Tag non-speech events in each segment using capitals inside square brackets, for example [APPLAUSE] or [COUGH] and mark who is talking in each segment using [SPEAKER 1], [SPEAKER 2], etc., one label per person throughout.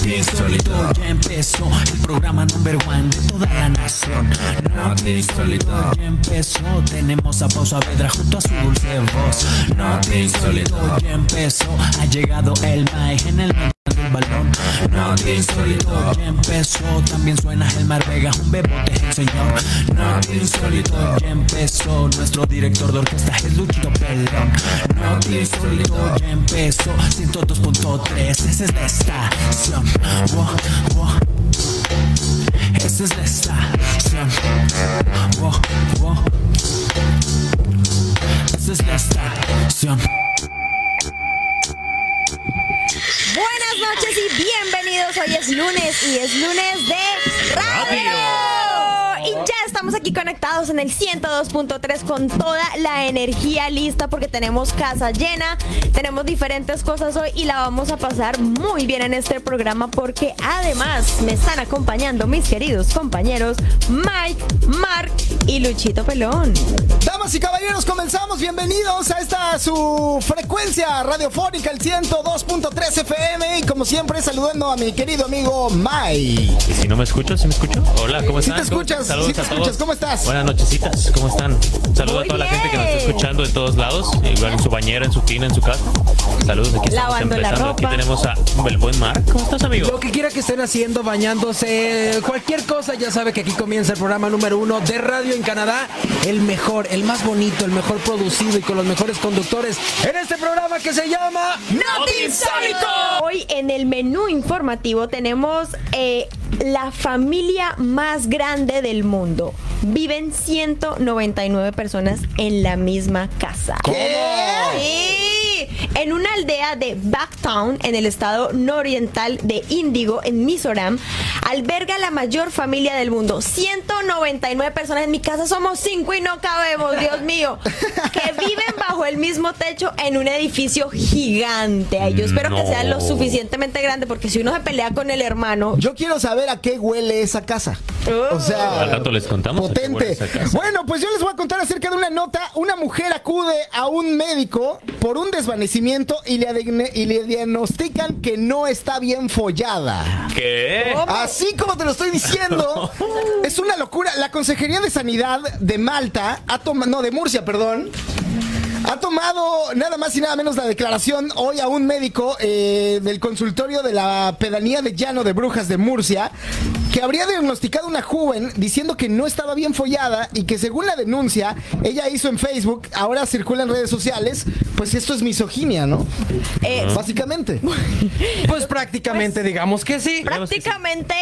[SPEAKER 1] No solito ya empezó el programa number one de toda la nación. No solito ya empezó, tenemos a Pausa Vedra junto a su dulce voz. No solito ya empezó, ha llegado el Mike en el del balón. No solito ya empezó, también suena el Mar Vega, un bebote es el señor. No solito ya empezó, nuestro director de orquesta es Luchito Pelón. No solito ya empezó, 102.3, esa es la estación. Wo, wo. Esa es la estación. Wo, wo. Esa es la estación.
[SPEAKER 2] Buenas noches y bienvenidos. Hoy es lunes y es lunes de radio. Y ya estamos aquí conectados en el 102.3 con toda la energía lista porque tenemos casa llena, tenemos diferentes cosas hoy y la vamos a pasar muy bien en este programa porque además me están acompañando mis queridos compañeros Mike, Mark y Luchito Pelón.
[SPEAKER 3] Damas y caballeros, comenzamos. Bienvenidos a esta su frecuencia radiofónica, el 102.3 FM. Y como siempre, saludando a mi querido amigo Mai.
[SPEAKER 4] ¿Y si no me escucho? ¿Sí me escucho? Hola, ¿cómo
[SPEAKER 3] Si
[SPEAKER 4] están?
[SPEAKER 3] te escuchas,
[SPEAKER 4] ¿Cómo-
[SPEAKER 3] si te
[SPEAKER 4] a todos.
[SPEAKER 3] escuchas, ¿cómo estás?
[SPEAKER 4] Buenas nochecitas, ¿cómo están? Saludos
[SPEAKER 2] Muy
[SPEAKER 4] a toda la gente que nos
[SPEAKER 2] bien.
[SPEAKER 4] está escuchando de todos lados, igual en su bañera, en su tina, en su casa. Saludos, aquí estamos
[SPEAKER 2] Lavando la
[SPEAKER 4] empezando.
[SPEAKER 2] ropa.
[SPEAKER 4] Aquí tenemos a el buen Mar. ¿Cómo estás,
[SPEAKER 5] Lo
[SPEAKER 4] amigo?
[SPEAKER 5] que quiera que estén haciendo, bañándose, cualquier cosa, ya sabe que aquí comienza el programa número uno de radio en Canadá, el mejor, el más bonito, el mejor producido y con los mejores conductores en este programa que se llama
[SPEAKER 2] Hoy en el menú informativo tenemos eh, la familia más grande del mundo. Viven 199 personas en la misma casa. Sí. En una aldea de Backtown, en el estado nororiental de Índigo, en Mizoram, alberga la mayor familia del mundo. 199 personas. En mi casa somos 5 y no cabemos, Dios mío. Que viven bajo el mismo techo en un edificio gigante. Ay, Yo espero que sea lo
[SPEAKER 4] No.
[SPEAKER 2] suficientemente grande, porque si uno se pelea con el hermano.
[SPEAKER 3] Yo quiero saber a qué huele esa casa. O sea,
[SPEAKER 4] Oh. Al rato les contamos a qué huele
[SPEAKER 3] potente.
[SPEAKER 4] esa casa.
[SPEAKER 3] Bueno, pues yo les voy a contar acerca de una nota. Una mujer acude a un médico por un desvanecimiento y le, adigne- y le diagnostican que no está bien follada.
[SPEAKER 4] ¿Qué?
[SPEAKER 2] Oh,
[SPEAKER 3] Así como te lo estoy diciendo, es una locura. La Consejería de Sanidad de Malta ha tomado, no, de Murcia, perdón. Ha tomado nada más y nada menos la declaración hoy a un médico eh, del consultorio de la pedanía de Llano de Brujas de Murcia que habría diagnosticado una joven diciendo que no estaba bien follada y que según la denuncia ella hizo en Facebook, ahora circula en redes sociales, pues esto es misoginia, ¿no?
[SPEAKER 2] eh,
[SPEAKER 3] Básicamente.
[SPEAKER 5] [LAUGHS] Pues prácticamente digamos que sí.
[SPEAKER 2] Prácticamente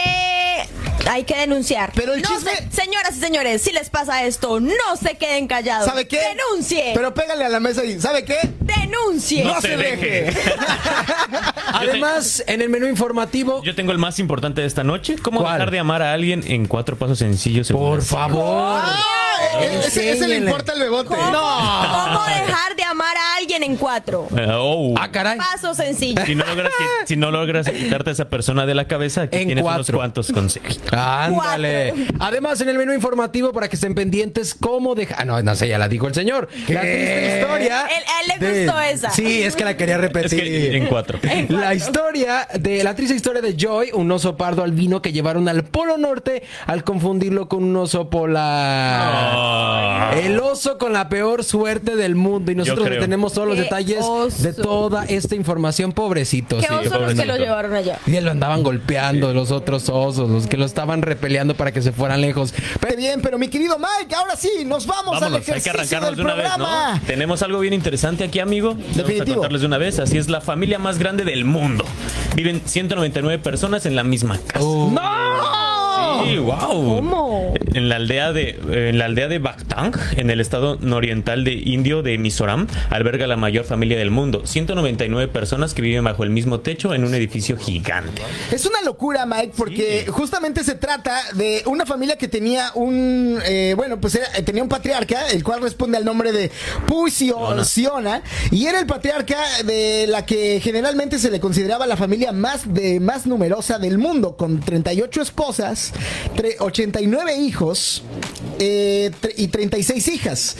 [SPEAKER 2] hay que denunciar.
[SPEAKER 3] Pero el
[SPEAKER 2] No
[SPEAKER 3] chisme-
[SPEAKER 2] se- señoras y señores, si les pasa esto, no se queden callados.
[SPEAKER 3] ¿Sabe qué?
[SPEAKER 2] Denuncie.
[SPEAKER 3] Pero pégale a la mesa y ¿sabe qué?
[SPEAKER 2] denuncie.
[SPEAKER 4] No se deje.
[SPEAKER 5] Además, en el menú informativo,
[SPEAKER 4] Yo tengo el más importante de esta noche. ¿Cómo
[SPEAKER 5] ¿Cuál?
[SPEAKER 4] dejar de amar a alguien en cuatro pasos sencillos? según
[SPEAKER 5] por
[SPEAKER 4] el-
[SPEAKER 5] favor.
[SPEAKER 3] Eh, Ese, ese le
[SPEAKER 5] Enséñenle.
[SPEAKER 3] importa el bebote.
[SPEAKER 2] ¿Cómo,
[SPEAKER 5] No.
[SPEAKER 2] cómo dejar de amar a alguien en cuatro?
[SPEAKER 4] Eh, oh.
[SPEAKER 5] Ah, caray.
[SPEAKER 2] Paso sencillo.
[SPEAKER 4] Si no, logras, qui- si no logras quitarte a esa persona de la cabeza, aquí
[SPEAKER 5] En
[SPEAKER 4] tienes
[SPEAKER 5] cuatro.
[SPEAKER 4] unos cuantos consejos.
[SPEAKER 5] Ándale.
[SPEAKER 2] Cuatro.
[SPEAKER 5] Además, en el menú informativo, para que estén pendientes, cómo dejar. Ah, no, no sé, ya la dijo el señor. La triste historia.
[SPEAKER 2] Él- a él le gustó esa.
[SPEAKER 5] Sí, es que la quería
[SPEAKER 4] Es
[SPEAKER 5] repetir.
[SPEAKER 4] que en
[SPEAKER 5] [LAUGHS]
[SPEAKER 4] cuatro.
[SPEAKER 5] La historia de la triste historia de Joy, un oso pardo albino que llevaron al Polo Norte al confundirlo con un oso polar.
[SPEAKER 4] Ah.
[SPEAKER 5] El oso con la peor suerte del mundo. Y nosotros le
[SPEAKER 4] creo.
[SPEAKER 5] tenemos todos los
[SPEAKER 2] Qué
[SPEAKER 5] detalles
[SPEAKER 2] oso.
[SPEAKER 5] de toda esta información, pobrecito.
[SPEAKER 2] ¿Qué
[SPEAKER 5] sí.
[SPEAKER 2] oso los que
[SPEAKER 4] pobrecito.
[SPEAKER 2] lo llevaron allá?
[SPEAKER 5] Y lo andaban golpeando los otros osos, los que lo estaban repeleando para que se fueran lejos. Pero
[SPEAKER 3] Pe- Bien, pero mi querido Mike, ahora sí, nos vamos al
[SPEAKER 4] Vámonos, hay que
[SPEAKER 3] ejercicio
[SPEAKER 4] arrancarnos
[SPEAKER 3] del
[SPEAKER 4] de una vez,
[SPEAKER 3] programa.
[SPEAKER 4] ¿no? Tenemos algo bien interesante aquí, amigo. Vamos a
[SPEAKER 3] Definitivo.
[SPEAKER 4] contarles de una vez. Así es, la familia más grande del mundo. Viven 199 personas en la misma casa.
[SPEAKER 3] Oh.
[SPEAKER 4] Sí, wow.
[SPEAKER 2] ¿Cómo?
[SPEAKER 4] En la aldea de en la aldea de Baktang, en el estado nororiental de Indio de Mizoram, alberga la mayor familia del mundo, 199 personas que viven bajo el mismo techo en un edificio gigante.
[SPEAKER 3] Es una locura, Mike, porque justamente se trata de una familia que tenía un, eh, bueno, pues era- tenía un patriarca, el cual responde al nombre de Pucio Siona, y era el patriarca de la que generalmente se le consideraba la familia más de más numerosa del mundo, con 38 esposas tre- 89 hijos eh, tre- y 36 hijas.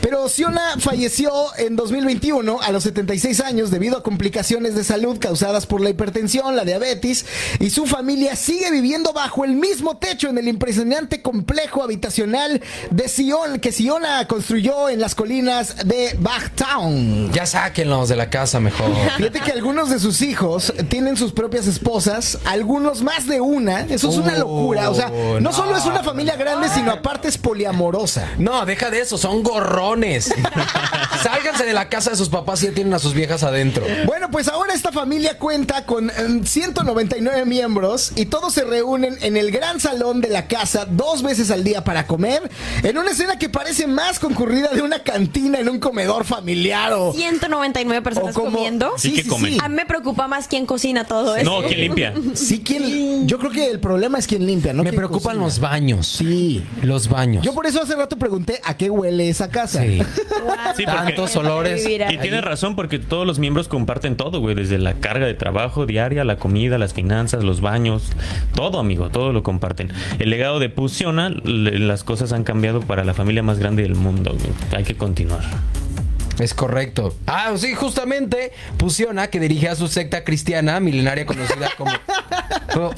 [SPEAKER 3] Pero Siona falleció en 2021 a los 76 años debido a complicaciones de salud causadas por la hipertensión, la diabetes y su familia sigue viviendo bajo el mismo techo en el impresionante complejo habitacional de Sion que Siona construyó en las colinas de Bachtown.
[SPEAKER 5] Ya sáquenlos de la casa
[SPEAKER 2] [LAUGHS]
[SPEAKER 5] mejor.
[SPEAKER 3] Fíjate que algunos de sus hijos tienen sus propias esposas, algunos más de una. Eso es una
[SPEAKER 5] Oh,
[SPEAKER 3] locura. O sea, no,
[SPEAKER 5] no.
[SPEAKER 3] solo es una familia grande, sino aparte es poliamorosa.
[SPEAKER 5] No, deja de eso,
[SPEAKER 4] [LAUGHS]
[SPEAKER 5] son gorrones. Sálganse de la casa de sus papás si ya tienen a sus viejas adentro.
[SPEAKER 3] Bueno, pues ahora esta familia cuenta con em, 199 miembros y todos se reúnen en el gran salón de la casa dos veces al día para comer, en una escena que parece más concurrida de una cantina en un comedor familiar o,
[SPEAKER 2] 199
[SPEAKER 3] o
[SPEAKER 2] personas
[SPEAKER 3] como...
[SPEAKER 2] comiendo.
[SPEAKER 4] Sí, que comen.
[SPEAKER 2] A mí me preocupa más quién cocina todo eso.
[SPEAKER 4] No,
[SPEAKER 3] [LAUGHS]
[SPEAKER 4] ¿quién limpia?
[SPEAKER 3] Pues Sí, quien, yo creo que el problema es quien limpia, ¿no?
[SPEAKER 5] Me
[SPEAKER 3] quien
[SPEAKER 5] preocupan
[SPEAKER 3] cocina.
[SPEAKER 5] los baños.
[SPEAKER 3] Sí.
[SPEAKER 5] Los baños.
[SPEAKER 3] Yo por eso hace rato pregunté a qué huele esa casa.
[SPEAKER 5] Sí.
[SPEAKER 4] Sí, porque-
[SPEAKER 5] Tantos olores.
[SPEAKER 2] Vivir
[SPEAKER 4] Y
[SPEAKER 2] ahí.
[SPEAKER 4] tienes razón, porque todos los miembros comparten todo, güey. Desde la carga de trabajo diaria, la comida, las finanzas, los baños. Todo, amigo, todo lo comparten. El legado de Pusiona, le- las cosas han cambiado para la familia más grande del mundo, güey. Hay que continuar.
[SPEAKER 5] Es correcto. Ah, sí, justamente Pusiona, que dirige a su secta cristiana milenaria conocida como. como,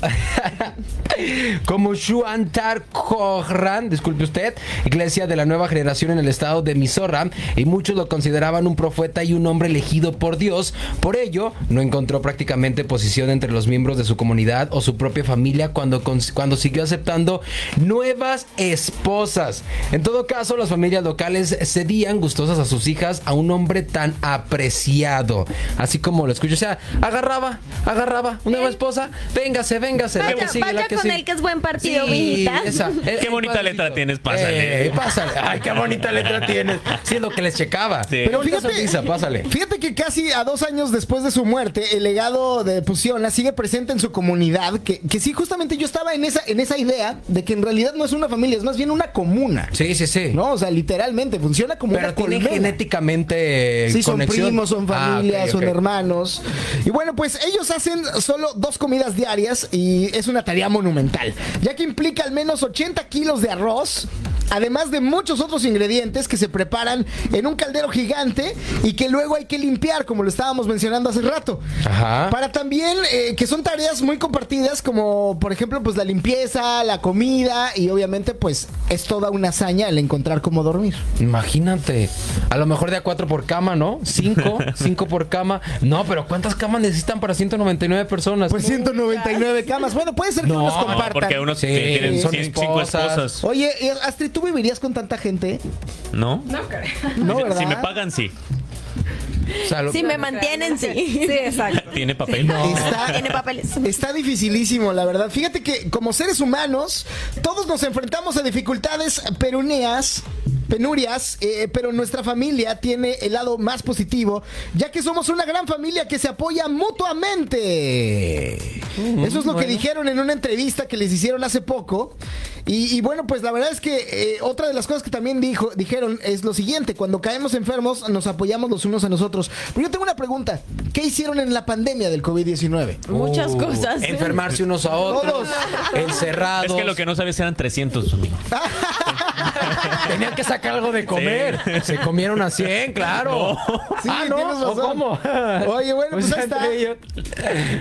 [SPEAKER 5] como Shuantar Kohran, disculpe usted, iglesia de la nueva generación en el estado de Misorra, y muchos lo consideraban un profeta y un hombre elegido por Dios. Por ello, no encontró prácticamente posición entre los miembros de su comunidad o su propia familia cuando, cons- cuando siguió aceptando nuevas esposas. En todo caso, las familias locales cedían gustosas a sus hijas a un hombre tan apreciado. Así como lo escucho. O sea, agarraba, agarraba una nueva esposa. Véngase, véngase. la
[SPEAKER 2] Vaya,
[SPEAKER 5] que sigue, la
[SPEAKER 2] vaya
[SPEAKER 5] que
[SPEAKER 2] con
[SPEAKER 5] sigue.
[SPEAKER 2] el que es buen partido, mijita.
[SPEAKER 5] Eh,
[SPEAKER 4] Qué
[SPEAKER 5] eh,
[SPEAKER 4] bonita
[SPEAKER 5] padrecito.
[SPEAKER 4] letra tienes, pásale.
[SPEAKER 5] Eh, pásale. Ay, qué bonita letra tienes. Sí, es lo que les checaba. Pero fíjate, sonrisa, pásale.
[SPEAKER 3] Fíjate que casi a dos años después de su muerte, el legado de Pusiona sigue presente en su comunidad, que, que sí, justamente yo estaba en esa, en esa idea de que en realidad no es una familia, es más bien una comuna.
[SPEAKER 5] Sí, sí, sí.
[SPEAKER 3] No, o sea, literalmente funciona como
[SPEAKER 5] Pero
[SPEAKER 3] una
[SPEAKER 5] tienen
[SPEAKER 3] colmena.
[SPEAKER 5] genéticamente
[SPEAKER 3] Sí, son
[SPEAKER 5] eh, conexión.
[SPEAKER 3] primos, son
[SPEAKER 5] Ah, ok,
[SPEAKER 3] familias,
[SPEAKER 5] ok.
[SPEAKER 3] son hermanos. Y bueno, pues ellos hacen solo dos comidas diarias y es una tarea monumental, ya que implica al menos 80 kilos de arroz. Además de muchos otros ingredientes que se preparan en un caldero gigante y que luego hay que limpiar, como lo estábamos mencionando hace rato.
[SPEAKER 5] Ajá.
[SPEAKER 3] Para también eh, que son tareas muy compartidas, como por ejemplo, pues la limpieza, la comida y obviamente, pues es toda una hazaña el encontrar cómo dormir.
[SPEAKER 5] Imagínate, a lo mejor de a cuatro por cama, ¿no? Cinco,
[SPEAKER 4] [LAUGHS]
[SPEAKER 5] cinco por cama. No, pero ¿cuántas camas necesitan para 199 personas?
[SPEAKER 3] Pues 199 camas. Bueno, puede ser que
[SPEAKER 5] No,
[SPEAKER 3] unos
[SPEAKER 5] no,
[SPEAKER 3] compartan.
[SPEAKER 4] Porque unos
[SPEAKER 5] Sí,
[SPEAKER 4] tienen
[SPEAKER 5] son
[SPEAKER 4] cien- cinco
[SPEAKER 5] esposas.
[SPEAKER 4] esposas.
[SPEAKER 3] Oye, eh, Astrid, ¿tú vivirías con tanta gente?
[SPEAKER 4] ¿No?
[SPEAKER 3] No,
[SPEAKER 4] Si-
[SPEAKER 3] ¿verdad?
[SPEAKER 4] Si me pagan, sí.
[SPEAKER 5] O sea, lo-
[SPEAKER 2] Si me mantienen, sí.
[SPEAKER 6] Sí, exacto.
[SPEAKER 4] Tiene papel.
[SPEAKER 2] [LAUGHS]
[SPEAKER 3] Está,
[SPEAKER 2] Tiene papeles.
[SPEAKER 5] Uh,
[SPEAKER 3] está dificilísimo, la verdad. Fíjate que como seres humanos, todos nos enfrentamos a dificultades peruneas. Penurias, eh, pero nuestra familia tiene el lado más positivo, ya que somos una gran familia que se apoya mutuamente. Eso es lo que dijeron en una entrevista que les hicieron hace poco. Y, y bueno, pues la verdad es que eh, otra de las cosas que también dijo, dijeron es lo siguiente: cuando caemos enfermos, nos apoyamos los unos a nosotros. Pero yo tengo una pregunta: ¿qué hicieron en la pandemia del COVID-19?
[SPEAKER 2] Muchas
[SPEAKER 5] Uh,
[SPEAKER 2] cosas.
[SPEAKER 5] Enfermarse unos a otros.
[SPEAKER 3] Todos.
[SPEAKER 5] Encerrados.
[SPEAKER 4] Es que lo que no sabes eran 300, amigo.
[SPEAKER 5] Tenían que sacar algo de comer. Se comieron a 100, claro.
[SPEAKER 3] Sí,
[SPEAKER 5] ah, ¿no?
[SPEAKER 3] tienes razón.
[SPEAKER 5] ¿O cómo?
[SPEAKER 3] Oye, bueno, pues ahí
[SPEAKER 5] entre
[SPEAKER 3] está.
[SPEAKER 5] ellos.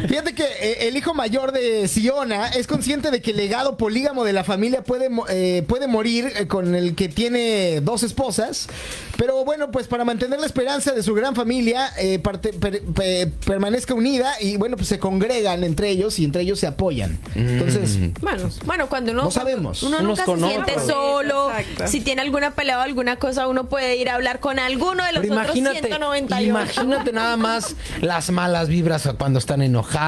[SPEAKER 3] Fíjate que eh, el hijo mayor de Siona es consciente de que el legado polígamo de la familia puede, mo- eh, puede morir eh, con el que tiene dos esposas. Pero bueno, pues para mantener la esperanza de su gran familia, eh, parte- per- pe- permanezca unida y bueno, pues se congregan entre ellos y entre ellos se apoyan. Entonces,
[SPEAKER 2] Bueno, bueno, cuando uno,
[SPEAKER 3] No sabemos.
[SPEAKER 2] uno
[SPEAKER 5] Unos
[SPEAKER 2] nunca se
[SPEAKER 5] con
[SPEAKER 2] siente
[SPEAKER 5] otros.
[SPEAKER 2] solo,
[SPEAKER 6] Exacto.
[SPEAKER 2] si tiene alguna pelea o alguna cosa, uno puede ir a hablar con alguno de los
[SPEAKER 5] Pero
[SPEAKER 2] otros
[SPEAKER 5] imagínate,
[SPEAKER 2] 191.
[SPEAKER 5] imagínate nada más las malas vibras cuando están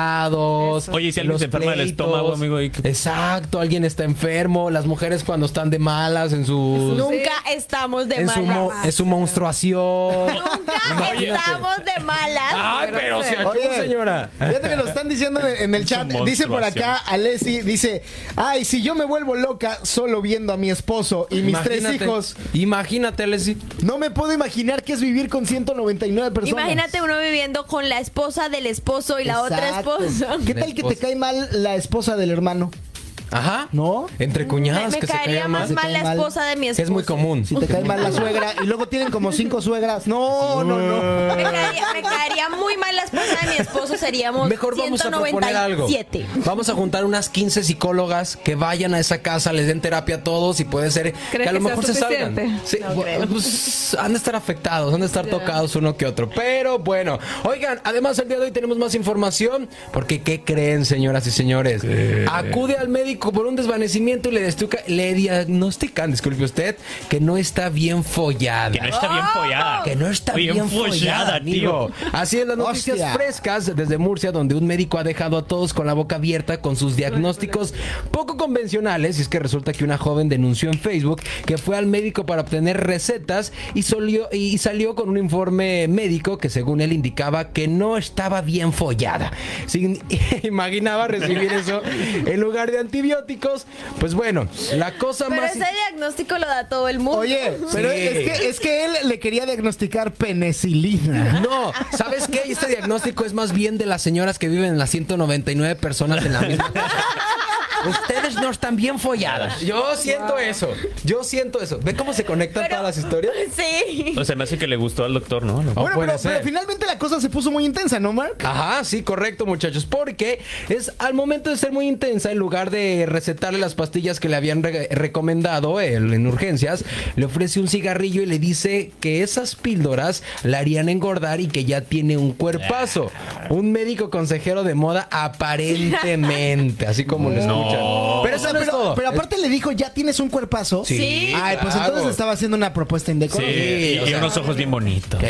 [SPEAKER 5] enojados.
[SPEAKER 4] Oye, ¿y si alguien
[SPEAKER 5] los
[SPEAKER 4] se enferma del
[SPEAKER 5] pleitos?
[SPEAKER 4] estómago, amigo? ¿Y qué-
[SPEAKER 5] Exacto, alguien está enfermo. Las mujeres cuando están de malas en su.
[SPEAKER 2] [LAUGHS] Nunca estamos de
[SPEAKER 5] en su,
[SPEAKER 2] malas.
[SPEAKER 5] mo- en
[SPEAKER 2] [LAUGHS]
[SPEAKER 5] su monstruación. [LAUGHS]
[SPEAKER 2] Nunca estamos de malas.
[SPEAKER 5] Ay, pero si
[SPEAKER 3] Oye,
[SPEAKER 5] ayuda, señora.
[SPEAKER 3] Fíjate que lo están diciendo en el, en el chat.
[SPEAKER 4] monstruo,
[SPEAKER 3] Dice por
[SPEAKER 4] así.
[SPEAKER 3] acá Alessi, dice, ay, si yo me vuelvo loca solo viendo a mi esposo y mis tres
[SPEAKER 5] Imagínate-
[SPEAKER 3] hijos,
[SPEAKER 5] Imagínate, Leslie.
[SPEAKER 3] no me puedo imaginar qué es vivir con 199 personas.
[SPEAKER 2] Imagínate uno viviendo con la esposa del esposo y la otra
[SPEAKER 3] Exacto.
[SPEAKER 2] esposa.
[SPEAKER 3] ¿Qué tal que
[SPEAKER 5] Esposa.
[SPEAKER 3] te cae mal la esposa del hermano?
[SPEAKER 5] Ajá.
[SPEAKER 6] ¿No?
[SPEAKER 5] Entre
[SPEAKER 2] Me,
[SPEAKER 5] cuñadas
[SPEAKER 2] me
[SPEAKER 5] que se
[SPEAKER 2] caería
[SPEAKER 5] caigan
[SPEAKER 2] más
[SPEAKER 5] más.
[SPEAKER 2] mal la
[SPEAKER 6] cae mal.
[SPEAKER 2] esposa de mi esposo.
[SPEAKER 5] Es muy común.
[SPEAKER 6] Si te cae mal la suegra y luego tienen como cinco suegras. No, no, no.
[SPEAKER 2] Me caería, me caería muy mal la esposa de mi esposo. Seríamos
[SPEAKER 5] Mejor vamos a proponer algo.
[SPEAKER 2] 197.
[SPEAKER 5] Vamos a juntar unas 15 psicólogas que vayan a esa casa, les den terapia a todos y puede ser que a lo
[SPEAKER 7] que sea
[SPEAKER 5] mejor se salgan.
[SPEAKER 7] suficiente?
[SPEAKER 5] Sí, bu- pues, han de estar afectados, han de estar tocados uno que otro. Pero bueno, oigan, además el día de hoy tenemos más información porque ¿qué creen, señoras y señores? Acude al médico por un desvanecimiento y le, destuca- le diagnostican, disculpe usted, que no está bien follada.
[SPEAKER 4] Que no está bien follada.
[SPEAKER 5] Que no está bien, follada, amigo. Así es, las noticias
[SPEAKER 6] Hostia.
[SPEAKER 5] frescas desde Murcia, donde un médico ha dejado a todos con la boca abierta con sus diagnósticos poco convencionales. Y es que resulta que una joven denunció en Facebook que fue al médico para obtener recetas y, solió- y salió con un informe médico que, según él, indicaba que no estaba bien follada. Sin- [LAUGHS] imaginaba recibir eso en lugar de antibióticos. Pues bueno, la cosa
[SPEAKER 2] Pero
[SPEAKER 5] más.
[SPEAKER 2] ese diagnóstico lo da todo el mundo.
[SPEAKER 3] Oye, pero
[SPEAKER 5] Sí.
[SPEAKER 3] es, que, es que él le quería diagnosticar penicilina.
[SPEAKER 5] [LAUGHS] No, ¿sabes qué? Este diagnóstico es más bien de las señoras que viven en las 199 personas en la misma casa. Ustedes no están bien folladas. Yo siento eso. Yo siento eso. ¿Ve cómo se conectan
[SPEAKER 2] Pero-
[SPEAKER 5] todas las historias?
[SPEAKER 2] [LAUGHS] Sí.
[SPEAKER 4] O sea, me hace que le gustó al doctor, ¿no?
[SPEAKER 3] Bueno,
[SPEAKER 5] Oh, puede
[SPEAKER 3] pero, pero
[SPEAKER 5] ser.
[SPEAKER 3] finalmente la cosa se puso muy intensa, ¿no, Mark?
[SPEAKER 5] Ajá, sí, correcto, muchachos. Porque es al momento de ser muy intensa, en lugar de recetarle las pastillas que le habían re- recomendado el- en urgencias, le ofrece un cigarrillo y le dice que esas píldoras la harían engordar y que ya tiene un cuerpazo. Un médico consejero de moda, aparentemente, así como lo escuchan. Pero
[SPEAKER 3] O
[SPEAKER 5] eso
[SPEAKER 3] sea,
[SPEAKER 5] [LAUGHS] no es
[SPEAKER 3] pero,
[SPEAKER 5] todo.
[SPEAKER 3] pero aparte le dijo, ya tienes un cuerpazo.
[SPEAKER 2] Sí.
[SPEAKER 3] Ay, pues
[SPEAKER 5] claro.
[SPEAKER 3] entonces estaba haciendo una propuesta
[SPEAKER 4] Sí,
[SPEAKER 3] indecorosa.
[SPEAKER 4] y-
[SPEAKER 5] o
[SPEAKER 4] Eh, y
[SPEAKER 5] sea-
[SPEAKER 4] unos ojos bien
[SPEAKER 5] [LAUGHS]
[SPEAKER 4] bonitos.
[SPEAKER 5] Le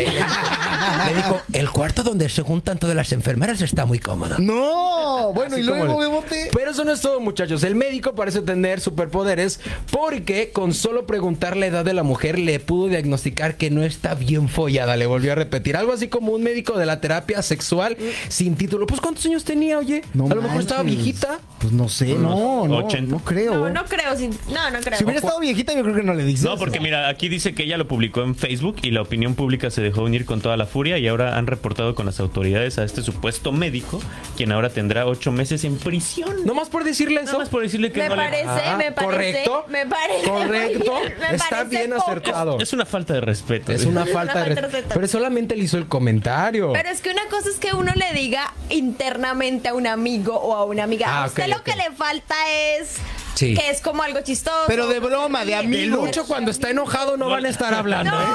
[SPEAKER 5] dijo, el cuarto donde se juntan todas las enfermeras está muy cómodo.
[SPEAKER 3] No, bueno, y
[SPEAKER 5] Así
[SPEAKER 3] luego,
[SPEAKER 5] como el-
[SPEAKER 3] Bebote.
[SPEAKER 5] Pero eso no es todo, muchachos. El médico parece tener superpoderes porque con solo preguntar la edad de la mujer le pudo diagnosticar que no está bien follada. Le volvió a repetir. Algo así como un médico de la terapia sexual sin título. Pues ¿cuántos años tenía, oye?
[SPEAKER 3] No
[SPEAKER 5] a lo mejor
[SPEAKER 3] manches.
[SPEAKER 5] estaba viejita.
[SPEAKER 3] Pues no sé, no, no,
[SPEAKER 4] 80.
[SPEAKER 3] no creo.
[SPEAKER 2] No, no creo. sí. No, no creo.
[SPEAKER 3] Oh. Si hubiera estado viejita, yo creo que no le dices.
[SPEAKER 4] No, porque mira, aquí dice que ella lo publicó en Facebook y la opinión pública se dejó unir con toda la furia y ahora han reportado con las autoridades a este supuesto médico, quien ahora tendrá ocho meses en prisión.
[SPEAKER 5] Nomás por decirle
[SPEAKER 4] Nada
[SPEAKER 5] eso.
[SPEAKER 4] más por decirle que
[SPEAKER 2] me
[SPEAKER 4] no le-
[SPEAKER 2] parece,
[SPEAKER 5] Ah,
[SPEAKER 2] me parece.
[SPEAKER 5] correcto,
[SPEAKER 2] Me parece. muy
[SPEAKER 5] correcto,
[SPEAKER 2] bien, me
[SPEAKER 5] está
[SPEAKER 2] parece
[SPEAKER 5] bien
[SPEAKER 2] poco.
[SPEAKER 5] acertado.
[SPEAKER 4] Es una falta de respeto. ¿eh?
[SPEAKER 5] Es una
[SPEAKER 2] Es
[SPEAKER 5] falta de
[SPEAKER 2] falta de
[SPEAKER 5] respeto.
[SPEAKER 2] respeto.
[SPEAKER 5] Pero solamente le hizo el comentario.
[SPEAKER 2] Pero es que una cosa es que uno le diga internamente a un amigo o a una amiga.
[SPEAKER 5] Ah,
[SPEAKER 2] a usted
[SPEAKER 5] ok,
[SPEAKER 2] lo
[SPEAKER 5] ok.
[SPEAKER 2] que le falta es
[SPEAKER 5] Sí.
[SPEAKER 2] que es como algo chistoso.
[SPEAKER 3] Pero
[SPEAKER 2] [LAUGHS]
[SPEAKER 3] de broma, de
[SPEAKER 5] De
[SPEAKER 3] amigo.
[SPEAKER 5] Lucho cuando está enojado no van a estar hablando. ¿eh?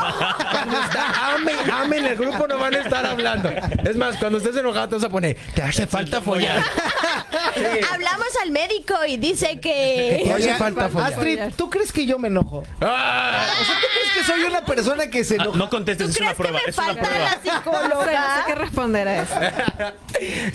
[SPEAKER 5] Cuando está ame, ame en el grupo no van a estar hablando. Es más, cuando estés enojado te vas a poner, te hace falta follar.
[SPEAKER 2] Hablamos al médico y dice
[SPEAKER 5] [LAUGHS]
[SPEAKER 2] que.
[SPEAKER 5] hace falta follar.
[SPEAKER 3] Astrid, ¿tú crees que yo me enojo?
[SPEAKER 5] Ah,
[SPEAKER 3] O sea, ¿tú crees que soy una persona que se
[SPEAKER 4] Ah,
[SPEAKER 3] enoja?
[SPEAKER 4] no contestes,
[SPEAKER 2] ¿Tú
[SPEAKER 4] es una
[SPEAKER 2] crees que
[SPEAKER 4] prueba.
[SPEAKER 2] me
[SPEAKER 4] Es una
[SPEAKER 2] falta
[SPEAKER 4] prueba.
[SPEAKER 2] la
[SPEAKER 7] [LAUGHS] No sé, no sé qué
[SPEAKER 2] psicóloga?
[SPEAKER 7] responder a eso.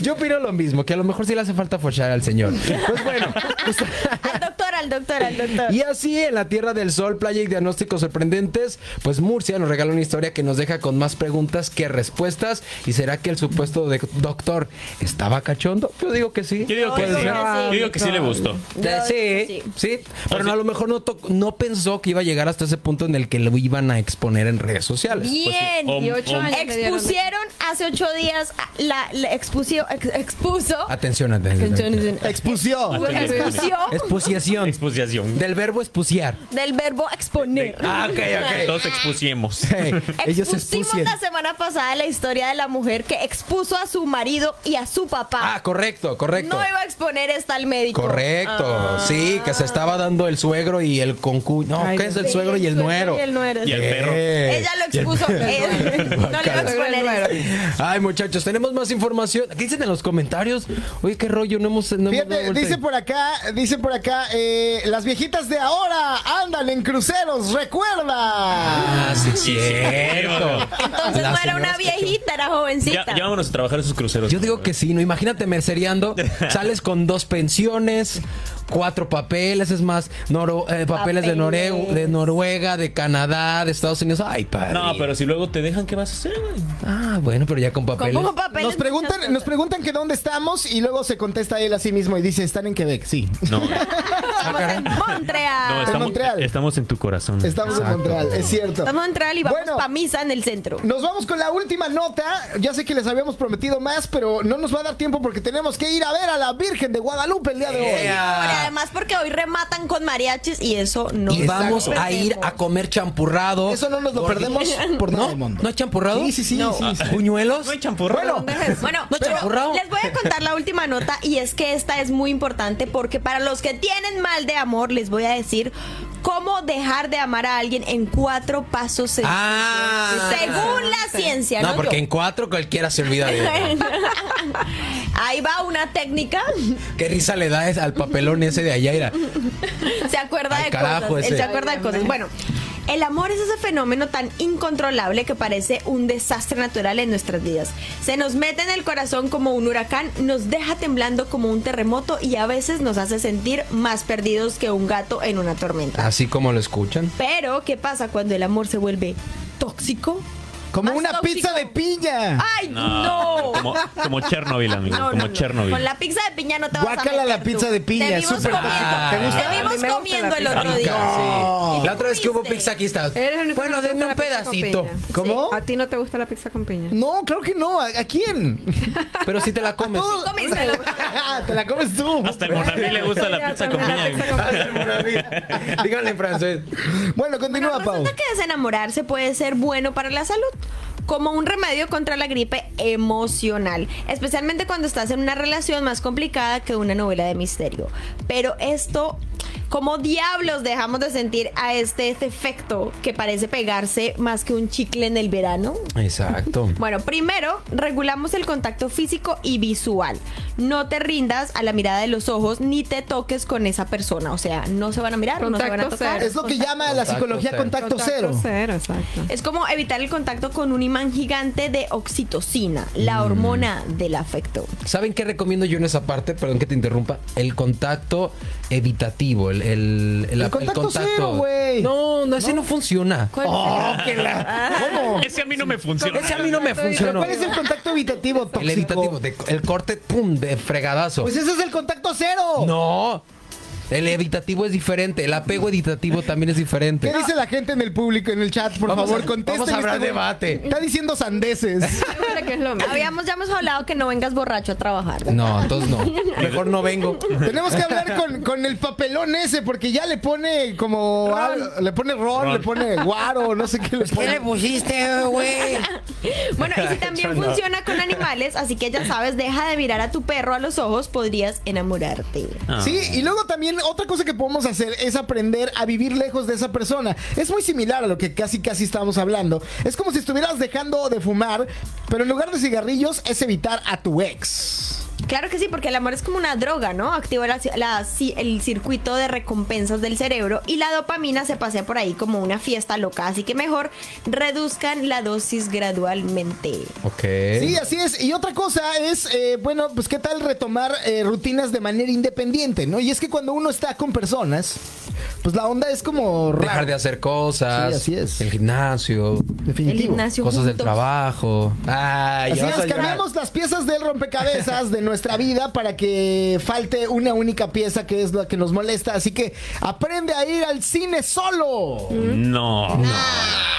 [SPEAKER 5] Yo opino lo mismo, que a lo mejor sí le hace falta follar al señor. Pues bueno,
[SPEAKER 2] [LAUGHS] al doctor, al doctor, al doctor.
[SPEAKER 5] Y así en la Tierra del Sol, playa y diagnósticos sorprendentes, pues Murcia nos regala una historia que nos deja con más preguntas que respuestas. ¿Y será que el supuesto de doctor estaba cachondo? Yo digo que sí.
[SPEAKER 4] Yo digo que
[SPEAKER 5] Puede
[SPEAKER 4] sí.
[SPEAKER 5] ser.
[SPEAKER 4] Yo digo que sí le
[SPEAKER 5] [LAUGHS]
[SPEAKER 4] gustó.
[SPEAKER 2] Yo
[SPEAKER 5] Eh, Sí,
[SPEAKER 2] digo
[SPEAKER 5] sí, Pero no, a lo mejor no, to- no pensó que iba a llegar hasta ese punto en el que lo iban a exponer en redes sociales.
[SPEAKER 2] Bien.
[SPEAKER 4] Om,
[SPEAKER 7] 18
[SPEAKER 4] om.
[SPEAKER 7] años. me dieron.
[SPEAKER 2] Expusieron hace ocho días, a- la, la expusió- ex- expuso,
[SPEAKER 5] Atención, atención.
[SPEAKER 3] Expusió.
[SPEAKER 2] expusió
[SPEAKER 5] Expusiación.
[SPEAKER 4] Expusiación.
[SPEAKER 5] Del verbo expusiar.
[SPEAKER 2] del verbo exponer.
[SPEAKER 5] Ah, ok, ok.
[SPEAKER 4] Todos expusiemos.
[SPEAKER 5] Ellos
[SPEAKER 2] [LAUGHS] Expusimos
[SPEAKER 5] expusian.
[SPEAKER 2] la semana pasada la historia de la mujer que expuso a su marido y a su papá.
[SPEAKER 5] Ah, correcto, correcto.
[SPEAKER 2] No iba a exponer esta al médico.
[SPEAKER 5] Correcto,
[SPEAKER 2] Ah.
[SPEAKER 5] sí, que se estaba dando el suegro y el concu... No,
[SPEAKER 7] Ay,
[SPEAKER 5] ¿qué es el
[SPEAKER 2] Sí,
[SPEAKER 5] suegro y el nuero?
[SPEAKER 7] Y el nuero.
[SPEAKER 4] Y el perro.
[SPEAKER 5] Eh.
[SPEAKER 2] Ella lo expuso. él. no le iba a exponer. eso.
[SPEAKER 5] Ay, muchachos, tenemos más información. ¿Qué dicen en los comentarios? Oye, qué rollo, no hemos... no hemos dado
[SPEAKER 3] Fíjate,
[SPEAKER 5] vuelta
[SPEAKER 3] dice
[SPEAKER 5] ahí.
[SPEAKER 3] por acá, dice por acá, eh, las viejitas de ahora andan en cruceros, recuerda.
[SPEAKER 5] Ah, sí,
[SPEAKER 4] [LAUGHS] Sí,
[SPEAKER 5] cierto.
[SPEAKER 2] Entonces
[SPEAKER 5] Las
[SPEAKER 2] no era una
[SPEAKER 5] señoras que-
[SPEAKER 2] viejita, era
[SPEAKER 4] Ya,
[SPEAKER 2] jovencita.
[SPEAKER 4] ya vámonos a trabajar esos cruceros.
[SPEAKER 5] Yo digo que sí, ¿no? Imagínate merceriando, sales con dos pensiones, cuatro papeles, es más, noro- eh, papeles, De, Norue-
[SPEAKER 2] Papeles.
[SPEAKER 5] de Noruega, de Canadá, de Estados Unidos. Ay, padre.
[SPEAKER 4] No, pero si luego te dejan, ¿qué vas a hacer, güey?
[SPEAKER 5] Ah, bueno, pero ya con papeles.
[SPEAKER 2] Como papeles.
[SPEAKER 3] Nos preguntan, nos preguntan que dónde estamos y luego se contesta él a sí mismo y dice, están en Quebec, sí.
[SPEAKER 4] No,
[SPEAKER 5] [LAUGHS]
[SPEAKER 2] Estamos en Montreal.
[SPEAKER 4] no estamos,
[SPEAKER 3] Montreal.
[SPEAKER 4] estamos en tu corazón.
[SPEAKER 3] Estamos en Montreal, es cierto.
[SPEAKER 2] Estamos en Montreal y vamos
[SPEAKER 3] Bueno.
[SPEAKER 2] pa' misa en el centro.
[SPEAKER 3] Nos vamos con la última nota. Ya sé que les habíamos prometido más, pero no nos va a dar tiempo porque tenemos que ir a ver a la Virgen de Guadalupe el día de hoy.
[SPEAKER 5] ¡Ea!
[SPEAKER 2] además porque hoy rematan con mariachis y eso no.
[SPEAKER 5] Ah. y vamos
[SPEAKER 2] Exacto.
[SPEAKER 5] a ir a comer champurrado.
[SPEAKER 3] Eso no nos lo
[SPEAKER 5] Gorditas.
[SPEAKER 3] perdemos por nada
[SPEAKER 5] ¿No?
[SPEAKER 3] del mundo.
[SPEAKER 5] ¿No hay champurrado?
[SPEAKER 3] Sí, sí, sí, sí, sí.
[SPEAKER 5] ¿Puñuelos?
[SPEAKER 4] No hay champurrado.
[SPEAKER 2] ¿Dónde es eso? Bueno,
[SPEAKER 5] [LAUGHS] No,
[SPEAKER 2] pero
[SPEAKER 5] champurrado.
[SPEAKER 2] les voy a contar la última nota y es que esta es muy importante porque para los que tienen mal de amor les voy a decir cómo dejar de amar a alguien en cuatro pasos sencillos.
[SPEAKER 5] Ah.
[SPEAKER 2] según la ciencia. No,
[SPEAKER 5] No, porque
[SPEAKER 2] yo.
[SPEAKER 5] en cuatro cualquiera se
[SPEAKER 2] [LAUGHS]
[SPEAKER 5] olvida de él.
[SPEAKER 2] Ahí va una técnica.
[SPEAKER 5] Qué risa le da es- al papelón ese de Ayaira.
[SPEAKER 2] Se acuerda
[SPEAKER 5] Ay,
[SPEAKER 2] de
[SPEAKER 5] carajo,
[SPEAKER 2] cosas. Él
[SPEAKER 5] ese.
[SPEAKER 2] se acuerda de cosas. Bueno. El amor es ese fenómeno tan incontrolable que parece un desastre natural en nuestras vidas. Se nos mete en el corazón como un huracán, nos deja temblando como un terremoto y a veces nos hace sentir más perdidos que un gato en una tormenta.
[SPEAKER 5] Así como lo escuchan.
[SPEAKER 2] Pero, ¿qué pasa cuando el amor se vuelve tóxico?
[SPEAKER 3] Como
[SPEAKER 2] Más
[SPEAKER 3] una
[SPEAKER 2] tóxico.
[SPEAKER 3] pizza de piña.
[SPEAKER 2] ¡Ay, no!
[SPEAKER 4] Como, como Chernobyl, amigo.
[SPEAKER 2] No, no,
[SPEAKER 4] como
[SPEAKER 2] no.
[SPEAKER 4] Chernobyl.
[SPEAKER 2] Con la pizza de piña no te vas a
[SPEAKER 3] Guácala
[SPEAKER 2] meter
[SPEAKER 3] la
[SPEAKER 2] tú.
[SPEAKER 3] pizza de piña,
[SPEAKER 2] Te
[SPEAKER 3] es
[SPEAKER 2] vimos
[SPEAKER 3] súper
[SPEAKER 2] comiendo,
[SPEAKER 5] tóxica. ¿Te gusta?
[SPEAKER 2] te
[SPEAKER 7] A mí me
[SPEAKER 2] vimos
[SPEAKER 7] gusta
[SPEAKER 2] comiendo
[SPEAKER 7] la
[SPEAKER 2] el
[SPEAKER 7] pizza.
[SPEAKER 2] otro
[SPEAKER 5] Sí.
[SPEAKER 2] día.
[SPEAKER 5] La otra vez que hubo
[SPEAKER 2] ¿Viste?
[SPEAKER 5] pizza aquí está.
[SPEAKER 7] Eres el único que
[SPEAKER 5] Bueno,
[SPEAKER 7] no te
[SPEAKER 5] denme un
[SPEAKER 7] gusta la pizza
[SPEAKER 5] pedacito.
[SPEAKER 7] con piña.
[SPEAKER 3] ¿Cómo?
[SPEAKER 2] Ah,
[SPEAKER 7] A ti no te gusta la pizza con piña.
[SPEAKER 3] No, claro que no. ¿A, a quién?
[SPEAKER 5] Pero si te la comes.
[SPEAKER 3] Todo-
[SPEAKER 2] Cómeselo.
[SPEAKER 3] [LAUGHS] Te la comes tú.
[SPEAKER 4] Hasta el Monafí le gusta la pizza con piña.
[SPEAKER 5] [LAUGHS] Díganle en francés.
[SPEAKER 3] Bueno,
[SPEAKER 2] Bueno,
[SPEAKER 3] continúa, Pau.
[SPEAKER 2] resulta que desenamorarse puede ser bueno para la salud, como un remedio contra la gripe emocional, especialmente cuando estás en una relación más complicada que una novela de misterio. Pero esto, como diablos dejamos de sentir a este, este efecto que parece pegarse más que un chicle en el verano?
[SPEAKER 5] Exacto.
[SPEAKER 2] Bueno, primero regulamos el contacto físico y visual. No te rindas a la mirada de los ojos ni te toques con esa persona. O sea, no se van a mirar, no se van a
[SPEAKER 7] Contacto
[SPEAKER 2] tocar.
[SPEAKER 7] cero.
[SPEAKER 3] Es lo que llama la
[SPEAKER 5] Contacto
[SPEAKER 3] psicología
[SPEAKER 5] cero.
[SPEAKER 3] contacto cero.
[SPEAKER 7] cero, exacto.
[SPEAKER 2] Es como evitar el contacto con un imán gigante de oxitocina, la hormona del afecto.
[SPEAKER 5] ¿Saben qué recomiendo yo en esa parte? Perdón que te interrumpa. El contacto evitativo. El, el,
[SPEAKER 3] El contacto cero, güey.
[SPEAKER 5] No, no, ese no, funciona.
[SPEAKER 3] Oh, que la- ¿Cómo?
[SPEAKER 4] [LAUGHS] Ese a mí no me funciona.
[SPEAKER 5] Ese a mí no me
[SPEAKER 3] ¿Pero
[SPEAKER 5] funcionó.
[SPEAKER 3] cuál es el contacto evitativo tóxico?
[SPEAKER 5] El evitativo, de- el corte, pum, de fregadazo.
[SPEAKER 3] Pues ese es el contacto cero.
[SPEAKER 5] No. El evitativo es diferente. El apego evitativo también es diferente.
[SPEAKER 3] ¿Qué dice la gente en el público, en el chat? Por
[SPEAKER 5] Vamos
[SPEAKER 3] favor,
[SPEAKER 5] a-
[SPEAKER 3] contesten.
[SPEAKER 5] vamos a hablar
[SPEAKER 3] este-
[SPEAKER 5] debate.
[SPEAKER 3] Está diciendo sandeces.
[SPEAKER 7] Seguro que es lo mismo.
[SPEAKER 2] Habíamos ya hemos hablado que no vengas borracho a trabajar.
[SPEAKER 5] No, entonces no. Mejor no vengo.
[SPEAKER 3] Tenemos que hablar con, con el papelón ese, porque ya le pone como. al- le pone ron,
[SPEAKER 4] Ron.
[SPEAKER 3] le pone guaro, no sé qué le pone.
[SPEAKER 5] pusiste, güey?
[SPEAKER 2] Bueno, y si también funciona con animales, así que ya sabes, deja de mirar a tu perro a los ojos, podrías enamorarte.
[SPEAKER 4] Ah.
[SPEAKER 3] Sí, y luego también otra cosa que podemos hacer es aprender a vivir lejos de esa persona. Es muy similar a lo que casi casi estábamos hablando. Es como si estuvieras dejando de fumar, pero en lugar de cigarrillos es evitar a tu ex.
[SPEAKER 2] Claro que sí, porque el amor es como una droga, ¿no? Activa la- la- ci- el circuito de recompensas del cerebro y la dopamina se pasea por ahí como una fiesta loca, así que mejor reduzcan la dosis gradualmente.
[SPEAKER 5] Ok.
[SPEAKER 3] Sí, así es. Y otra cosa es, eh, bueno, pues qué tal retomar eh, rutinas de manera independiente, ¿no? Y es que cuando uno está con personas, pues la onda es como rara.
[SPEAKER 5] Dejar de hacer cosas.
[SPEAKER 3] Sí, así es.
[SPEAKER 5] El gimnasio.
[SPEAKER 2] El
[SPEAKER 3] Definitivo.
[SPEAKER 2] gimnasio
[SPEAKER 5] Cosas del
[SPEAKER 2] juntos.
[SPEAKER 5] trabajo. Ay,
[SPEAKER 3] Así
[SPEAKER 5] ya vas a
[SPEAKER 3] es,
[SPEAKER 5] llorar.
[SPEAKER 3] cambiamos las piezas del rompecabezas de nuestra vida para que falte una única pieza que es la que nos molesta. Así que aprende a ir al cine solo.
[SPEAKER 4] No.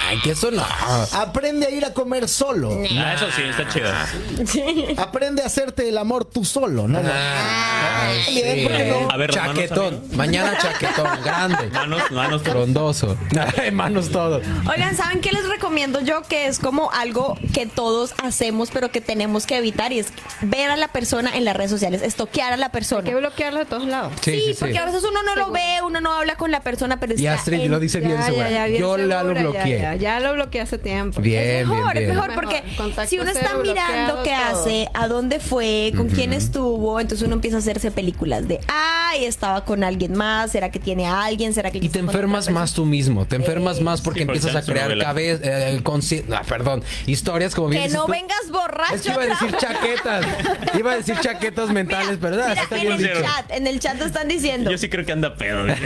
[SPEAKER 5] Ay, que eso no.
[SPEAKER 3] Aprende a ir a comer solo.
[SPEAKER 4] Ah, eso sí, está chido.
[SPEAKER 3] Aprende a hacerte el amor tú solo, ¿no?
[SPEAKER 5] Ay,
[SPEAKER 3] Ay, ¿eh? ¿Por qué no?
[SPEAKER 4] A ver, manos,
[SPEAKER 5] chaquetón.
[SPEAKER 4] amigo.
[SPEAKER 5] Mañana chaquetón. Grande.
[SPEAKER 4] [LAUGHS] Manos, manos.
[SPEAKER 5] Frondoso. [LAUGHS] Ay, manos todo.
[SPEAKER 2] Oigan, ¿saben qué les recomiendo yo? Que es como algo que todos hacemos, pero que tenemos que evitar, y es ver a la persona en las redes sociales, estoquear a la persona.
[SPEAKER 7] Hay que bloquearlo de todos lados.
[SPEAKER 2] Sí, porque a veces uno no lo
[SPEAKER 7] Seguro.
[SPEAKER 2] ve, uno no habla con la persona, pero
[SPEAKER 5] Y
[SPEAKER 2] está
[SPEAKER 5] Astrid
[SPEAKER 2] en-
[SPEAKER 5] lo dice bien segura. Yo la lo
[SPEAKER 7] segura, Ah, ya,
[SPEAKER 5] bloqueé.
[SPEAKER 7] Ya, ya lo bloqueé hace tiempo.
[SPEAKER 5] Bien,
[SPEAKER 2] es mejor,
[SPEAKER 5] bien,
[SPEAKER 2] es
[SPEAKER 5] bien.
[SPEAKER 2] mejor porque
[SPEAKER 7] Mejor. Contacto
[SPEAKER 2] si uno está
[SPEAKER 7] cero,
[SPEAKER 2] mirando
[SPEAKER 7] bloqueado,
[SPEAKER 2] qué
[SPEAKER 7] todo.
[SPEAKER 2] hace, a dónde fue, con quién estuvo, entonces uno empieza a hacerse películas de, ay, estaba con alguien más, será que tiene a alguien, será que... ya
[SPEAKER 5] Y te
[SPEAKER 2] está con otra
[SPEAKER 5] enfermas
[SPEAKER 2] persona?
[SPEAKER 5] más tú mismo, te enfermas más porque
[SPEAKER 4] Sí, porque
[SPEAKER 5] empiezas a
[SPEAKER 4] es una
[SPEAKER 5] crear eh,
[SPEAKER 4] novela.
[SPEAKER 5] cabeza, ah, perdón, historias como bien
[SPEAKER 2] Que
[SPEAKER 5] dices
[SPEAKER 2] no
[SPEAKER 5] tú.
[SPEAKER 2] vengas borracho.
[SPEAKER 5] Es que iba a decir chaquetas, iba a decir chaquetas mentales, pero nada,
[SPEAKER 2] Mira,
[SPEAKER 5] está
[SPEAKER 2] en
[SPEAKER 5] bien
[SPEAKER 2] el
[SPEAKER 5] dicho.
[SPEAKER 2] chat, en el chat te están diciendo.
[SPEAKER 4] Yo sí creo que anda pedo. ¿eh?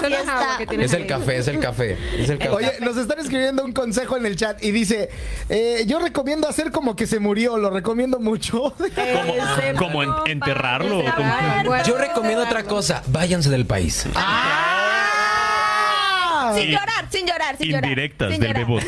[SPEAKER 7] Solo es agua que tienes
[SPEAKER 5] Es el
[SPEAKER 7] ahí.
[SPEAKER 5] café, es el café, es el café.
[SPEAKER 3] Oye, nos están escribiendo un consejo en el chat y dice, eh, yo recomiendo hacer como que se murió, lo recomiendo mucho. [LAUGHS]
[SPEAKER 4] Como, como en- enterrarlo.
[SPEAKER 7] Ese
[SPEAKER 4] como-
[SPEAKER 7] agua,
[SPEAKER 5] yo recomiendo otra cosa, váyanse del país.
[SPEAKER 2] no, sin llorar, sin llorar, sin llorar.
[SPEAKER 4] Indirectas
[SPEAKER 2] sin
[SPEAKER 4] del
[SPEAKER 2] llorar.
[SPEAKER 4] bebote.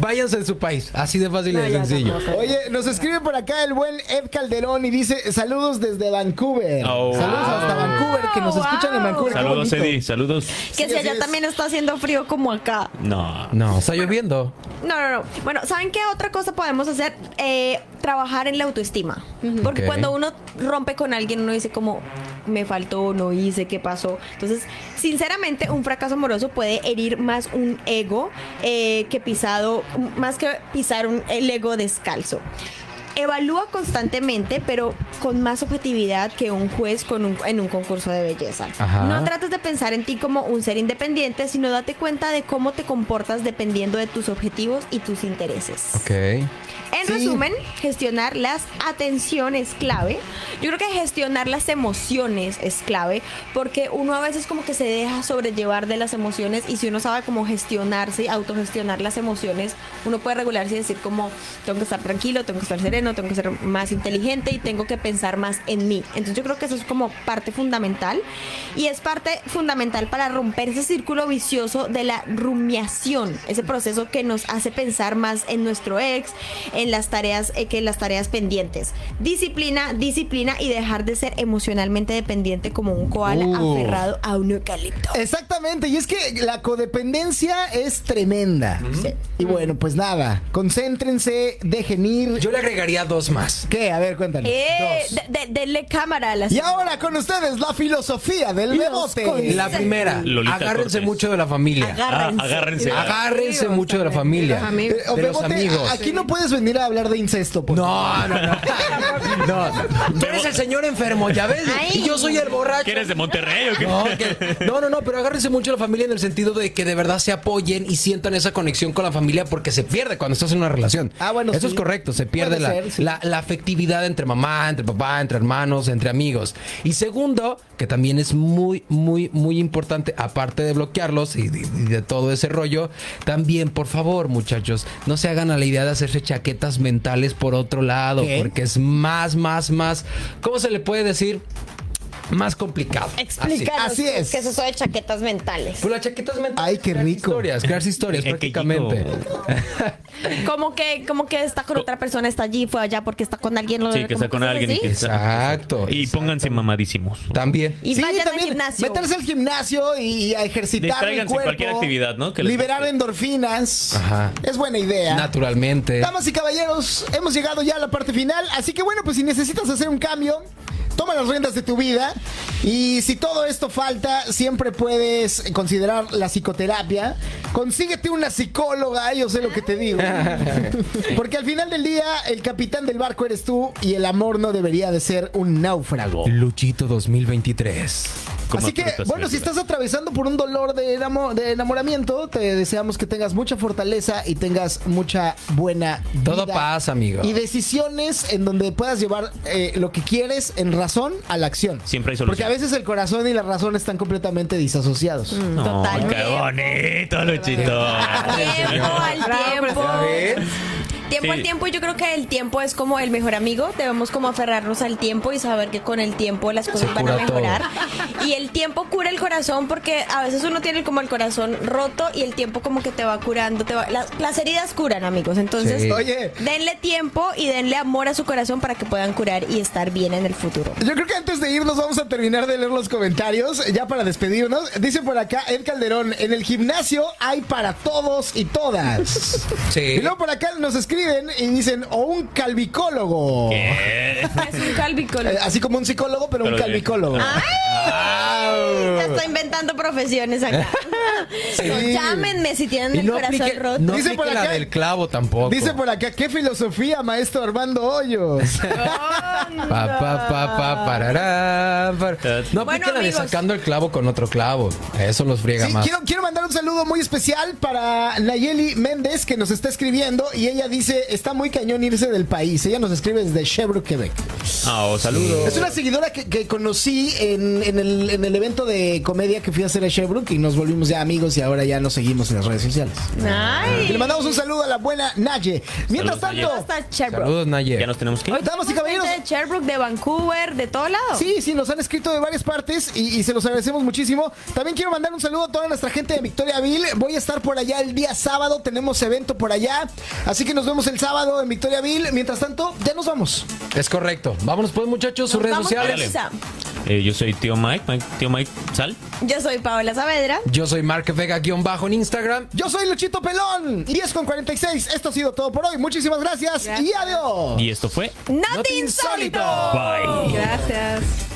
[SPEAKER 5] Váyanse de su país. Así de fácil
[SPEAKER 2] No,
[SPEAKER 5] y de
[SPEAKER 2] ya,
[SPEAKER 5] sencillo.
[SPEAKER 2] tampoco.
[SPEAKER 3] Oye, nos escribe por acá el buen Ed Calderón y dice: Saludos desde Vancouver.
[SPEAKER 4] Oh.
[SPEAKER 3] Saludos hasta Vancouver, que nos
[SPEAKER 2] Wow.
[SPEAKER 3] escuchan en Vancouver. Qué
[SPEAKER 4] Saludos,
[SPEAKER 3] bonito.
[SPEAKER 4] Eddie. Saludos.
[SPEAKER 2] Que
[SPEAKER 3] Sí,
[SPEAKER 2] si allá
[SPEAKER 3] así es.
[SPEAKER 2] también está haciendo frío como acá.
[SPEAKER 4] No. Ah,
[SPEAKER 5] No, está lloviendo.
[SPEAKER 2] No, no, no. Bueno, ¿saben qué otra cosa podemos hacer? Eh, trabajar en la autoestima. Porque
[SPEAKER 5] Ok.
[SPEAKER 2] cuando uno rompe con alguien, uno dice como, me faltó, no hice, ¿qué pasó? Entonces, sinceramente, un fracaso amoroso puede herir más un ego eh, que pisado, más que pisar un, el ego descalzo. Evalúa constantemente, pero con más objetividad que un juez con un- en un concurso de belleza.
[SPEAKER 5] Ajá.
[SPEAKER 2] No trates de pensar en ti como un ser independiente, sino date cuenta de cómo te comportas dependiendo de tus objetivos y tus intereses.
[SPEAKER 5] Ok.
[SPEAKER 2] En resumen, gestionar las atenciones es clave. Yo creo que gestionar las emociones es clave porque uno a veces como que se deja sobrellevar de las emociones y si uno sabe cómo gestionarse y autogestionar las emociones, uno puede regularse y decir como tengo que estar tranquilo, tengo que estar sereno, tengo que ser más inteligente y tengo que pensar más en mí. Entonces yo creo que eso es como parte fundamental y es parte fundamental para romper ese círculo vicioso de la rumiación, ese proceso que nos hace pensar más en nuestro ex, en las tareas eh, que en las tareas pendientes. Disciplina, disciplina y dejar de ser emocionalmente dependiente como un koala
[SPEAKER 3] Uh. Eh,
[SPEAKER 2] aferrado a un eucalipto.
[SPEAKER 3] Exactamente, y es que la codependencia es tremenda. Y bueno, pues nada, concéntrense, dejen ir.
[SPEAKER 5] Yo le agregaría dos más.
[SPEAKER 3] ¿Qué? A ver, cuéntanos.
[SPEAKER 2] Eh, de- de- denle cámara a las
[SPEAKER 3] Y ahora con ustedes la filosofía del bebote. Eh,
[SPEAKER 5] La primera,
[SPEAKER 4] Lolita
[SPEAKER 5] agárrense
[SPEAKER 4] Cortés.
[SPEAKER 5] mucho de la familia.
[SPEAKER 4] Ah,
[SPEAKER 2] agárrense.
[SPEAKER 4] agárrense.
[SPEAKER 5] Agárrense mucho de la familia.
[SPEAKER 7] amigos.
[SPEAKER 3] Eh, o
[SPEAKER 5] de los
[SPEAKER 3] Bebote,
[SPEAKER 5] amigos.
[SPEAKER 3] Aquí no puedes venir a hablar de incesto. por favor.
[SPEAKER 5] No, no,
[SPEAKER 2] [LAUGHS]
[SPEAKER 5] no. No, tú eres el señor enfermo, ¿ya ves?
[SPEAKER 2] Ay.
[SPEAKER 5] Y yo soy el borracho.
[SPEAKER 4] ¿Que eres de Monterrey o qué?
[SPEAKER 5] No, que- no, no, no, pero agárrense mucho a la familia en el sentido de que de verdad se apoyen y sientan esa conexión con la familia porque se pierde cuando estás en una relación.
[SPEAKER 3] Ah, bueno,
[SPEAKER 5] Eso
[SPEAKER 3] sí.
[SPEAKER 5] es correcto, se pierde
[SPEAKER 3] Puede
[SPEAKER 5] la,
[SPEAKER 3] ser, sí.
[SPEAKER 5] la- la afectividad entre mamá, entre papá, entre hermanos, entre amigos. Y segundo, que también es muy, muy, muy importante, aparte de bloquearlos y, de- y de todo ese rollo, también, por favor, muchachos, no se hagan a la idea de hacerse chaquetas mentales por otro lado,
[SPEAKER 3] ¿Qué?
[SPEAKER 5] porque es más, más, más, ¿cómo se le puede decir? Más complicado. Así.
[SPEAKER 2] Explícanos
[SPEAKER 3] Así
[SPEAKER 2] tú,
[SPEAKER 3] es.
[SPEAKER 2] que es eso de chaquetas mentales.
[SPEAKER 5] Pues las chaquetas mentales.
[SPEAKER 3] Ay, qué
[SPEAKER 5] crear
[SPEAKER 3] rico.
[SPEAKER 5] Historias, crearse historias
[SPEAKER 4] Eh, qué
[SPEAKER 5] prácticamente.
[SPEAKER 4] chico.
[SPEAKER 2] Como que, como que está con otra persona, está allí, fue allá porque está con alguien. lo-
[SPEAKER 4] Sí,
[SPEAKER 2] como
[SPEAKER 4] que está con
[SPEAKER 2] cosas
[SPEAKER 4] alguien y
[SPEAKER 2] así.
[SPEAKER 4] que está-
[SPEAKER 5] Exacto.
[SPEAKER 4] Y pónganse mamadísimos.
[SPEAKER 5] También.
[SPEAKER 2] Y
[SPEAKER 3] Sí,
[SPEAKER 2] vayan al
[SPEAKER 3] también
[SPEAKER 2] gimnasio.
[SPEAKER 3] meterse al gimnasio y a ejercitar el
[SPEAKER 4] Distráiganse
[SPEAKER 3] cuerpo.
[SPEAKER 4] cualquier actividad, ¿no? Que les
[SPEAKER 3] liberar
[SPEAKER 4] guste.
[SPEAKER 3] endorfinas.
[SPEAKER 5] Ajá. eh.
[SPEAKER 3] Es buena idea.
[SPEAKER 5] Naturalmente.
[SPEAKER 3] Damas y caballeros, hemos llegado ya a la parte final, así que bueno, pues si necesitas hacer un cambio, toma las riendas de tu vida y si todo esto falta, siempre puedes considerar la psicoterapia. Consíguete una psicóloga, eh, yo sé lo que te digo. Porque al final del día, el capitán del barco eres tú y el amor no debería de ser un náufrago.
[SPEAKER 5] Luchito 2023.
[SPEAKER 4] Coman
[SPEAKER 3] Así que,
[SPEAKER 4] frutas y
[SPEAKER 3] bueno, si
[SPEAKER 4] verduras.
[SPEAKER 3] estás atravesando por un dolor de, enamo- de enamoramiento, te deseamos que tengas mucha fortaleza y tengas mucha buena vida.
[SPEAKER 5] Todo pasa, amigo.
[SPEAKER 3] Y decisiones en donde puedas llevar eh, lo que quieres en razón a la acción.
[SPEAKER 4] Siempre hay solución.
[SPEAKER 3] Porque a veces el corazón y la razón están completamente disasociados.
[SPEAKER 5] Mm.
[SPEAKER 4] No,
[SPEAKER 2] Total.
[SPEAKER 4] qué bonito, Luchito. [LAUGHS]
[SPEAKER 2] Tiempo al tiempo. Tiempo
[SPEAKER 4] Sí.
[SPEAKER 2] al tiempo, yo creo que el tiempo es como el mejor amigo. Debemos como aferrarnos al tiempo y saber que con el tiempo las cosas van a
[SPEAKER 5] cura todo.
[SPEAKER 2] mejorar. Y el tiempo cura el corazón porque a veces uno tiene como el corazón roto y el tiempo como que te va curando. Te va- las, las heridas curan, amigos. Entonces,
[SPEAKER 5] Sí.
[SPEAKER 3] Oye.
[SPEAKER 2] denle tiempo y denle amor a su corazón para que puedan curar y estar bien en el futuro.
[SPEAKER 3] Yo creo que antes de irnos vamos a terminar de leer los comentarios, eh, ya para despedirnos. Dice por acá Ed Calderón, en el gimnasio hay para todos y
[SPEAKER 4] [LAUGHS]
[SPEAKER 3] todas.
[SPEAKER 5] Sí.
[SPEAKER 3] Y luego por acá nos escriben y dicen, o un calvicólogo.
[SPEAKER 4] Eh,
[SPEAKER 2] Es un
[SPEAKER 3] Eh, Así como un psicólogo, pero,
[SPEAKER 4] Pero
[SPEAKER 3] un
[SPEAKER 4] de- Ah.
[SPEAKER 3] calvicólogo.
[SPEAKER 2] Ya estoy inventando profesiones acá. No, llámenme si tienen
[SPEAKER 5] Y
[SPEAKER 2] el
[SPEAKER 5] no
[SPEAKER 2] corazón
[SPEAKER 5] aplique,
[SPEAKER 2] roto.
[SPEAKER 5] no
[SPEAKER 3] Dice
[SPEAKER 5] aplique
[SPEAKER 3] por
[SPEAKER 5] la
[SPEAKER 3] acá-
[SPEAKER 5] del clavo tampoco.
[SPEAKER 3] Dice por acá, qué filosofía, maestro Armando
[SPEAKER 4] [LAUGHS]
[SPEAKER 3] Hoyos.
[SPEAKER 5] Pa, pa, pa, pa, parará, par- No aplique
[SPEAKER 2] Bueno,
[SPEAKER 5] la de
[SPEAKER 2] amigos.
[SPEAKER 5] sacando el clavo con otro clavo. Eso los friega
[SPEAKER 3] Sí,
[SPEAKER 5] más.
[SPEAKER 3] quiero, quiero mandar un saludo muy especial para Nayeli Méndez, que nos está escribiendo y ella dice, está muy cañón irse del país. Ella nos escribe desde Sherbrooke, Quebec.
[SPEAKER 4] Ah, oh, saludos.
[SPEAKER 3] Es una seguidora que, que conocí en, en el, en el
[SPEAKER 6] evento de comedia que fui a hacer a Sherbrooke y nos volvimos ya amigos y ahora ya nos seguimos en las redes sociales.
[SPEAKER 3] Y le mandamos un saludo a la buena Naye. Mientras
[SPEAKER 4] Saludos,
[SPEAKER 3] tanto,
[SPEAKER 2] Hasta Sherbrooke.
[SPEAKER 5] Saludos, Naye.
[SPEAKER 4] Ya nos tenemos que ir.
[SPEAKER 3] damas y
[SPEAKER 2] Mucha gente
[SPEAKER 3] caballeros,
[SPEAKER 2] De Sherbrooke, de Vancouver, de todos lados.
[SPEAKER 3] Sí, sí, nos han escrito de varias partes y, y se los agradecemos muchísimo. También quiero mandar un saludo a toda nuestra gente de Victoriaville. Voy a estar por allá el día sábado, tenemos evento por allá. Así que nos vemos el sábado en Victoriaville. Mientras tanto, ya nos vamos.
[SPEAKER 5] Es correcto. Vámonos pues, muchachos, sus
[SPEAKER 2] Nos
[SPEAKER 5] redes
[SPEAKER 2] vamos
[SPEAKER 5] sociales.
[SPEAKER 2] con
[SPEAKER 4] Dale.
[SPEAKER 2] esa.
[SPEAKER 4] Eh, yo soy tío Mike, Mike- tío Mike Sal.
[SPEAKER 2] Yo soy Paola Saavedra.
[SPEAKER 5] Yo soy Mark Vega guión bajo en Instagram.
[SPEAKER 3] Yo soy Luchito Pelón, 10 con 46. Esto ha sido todo por hoy. Muchísimas gracias, y adiós.
[SPEAKER 4] Y esto fue.
[SPEAKER 2] Nati Insólito.
[SPEAKER 4] Bye.
[SPEAKER 7] Gracias.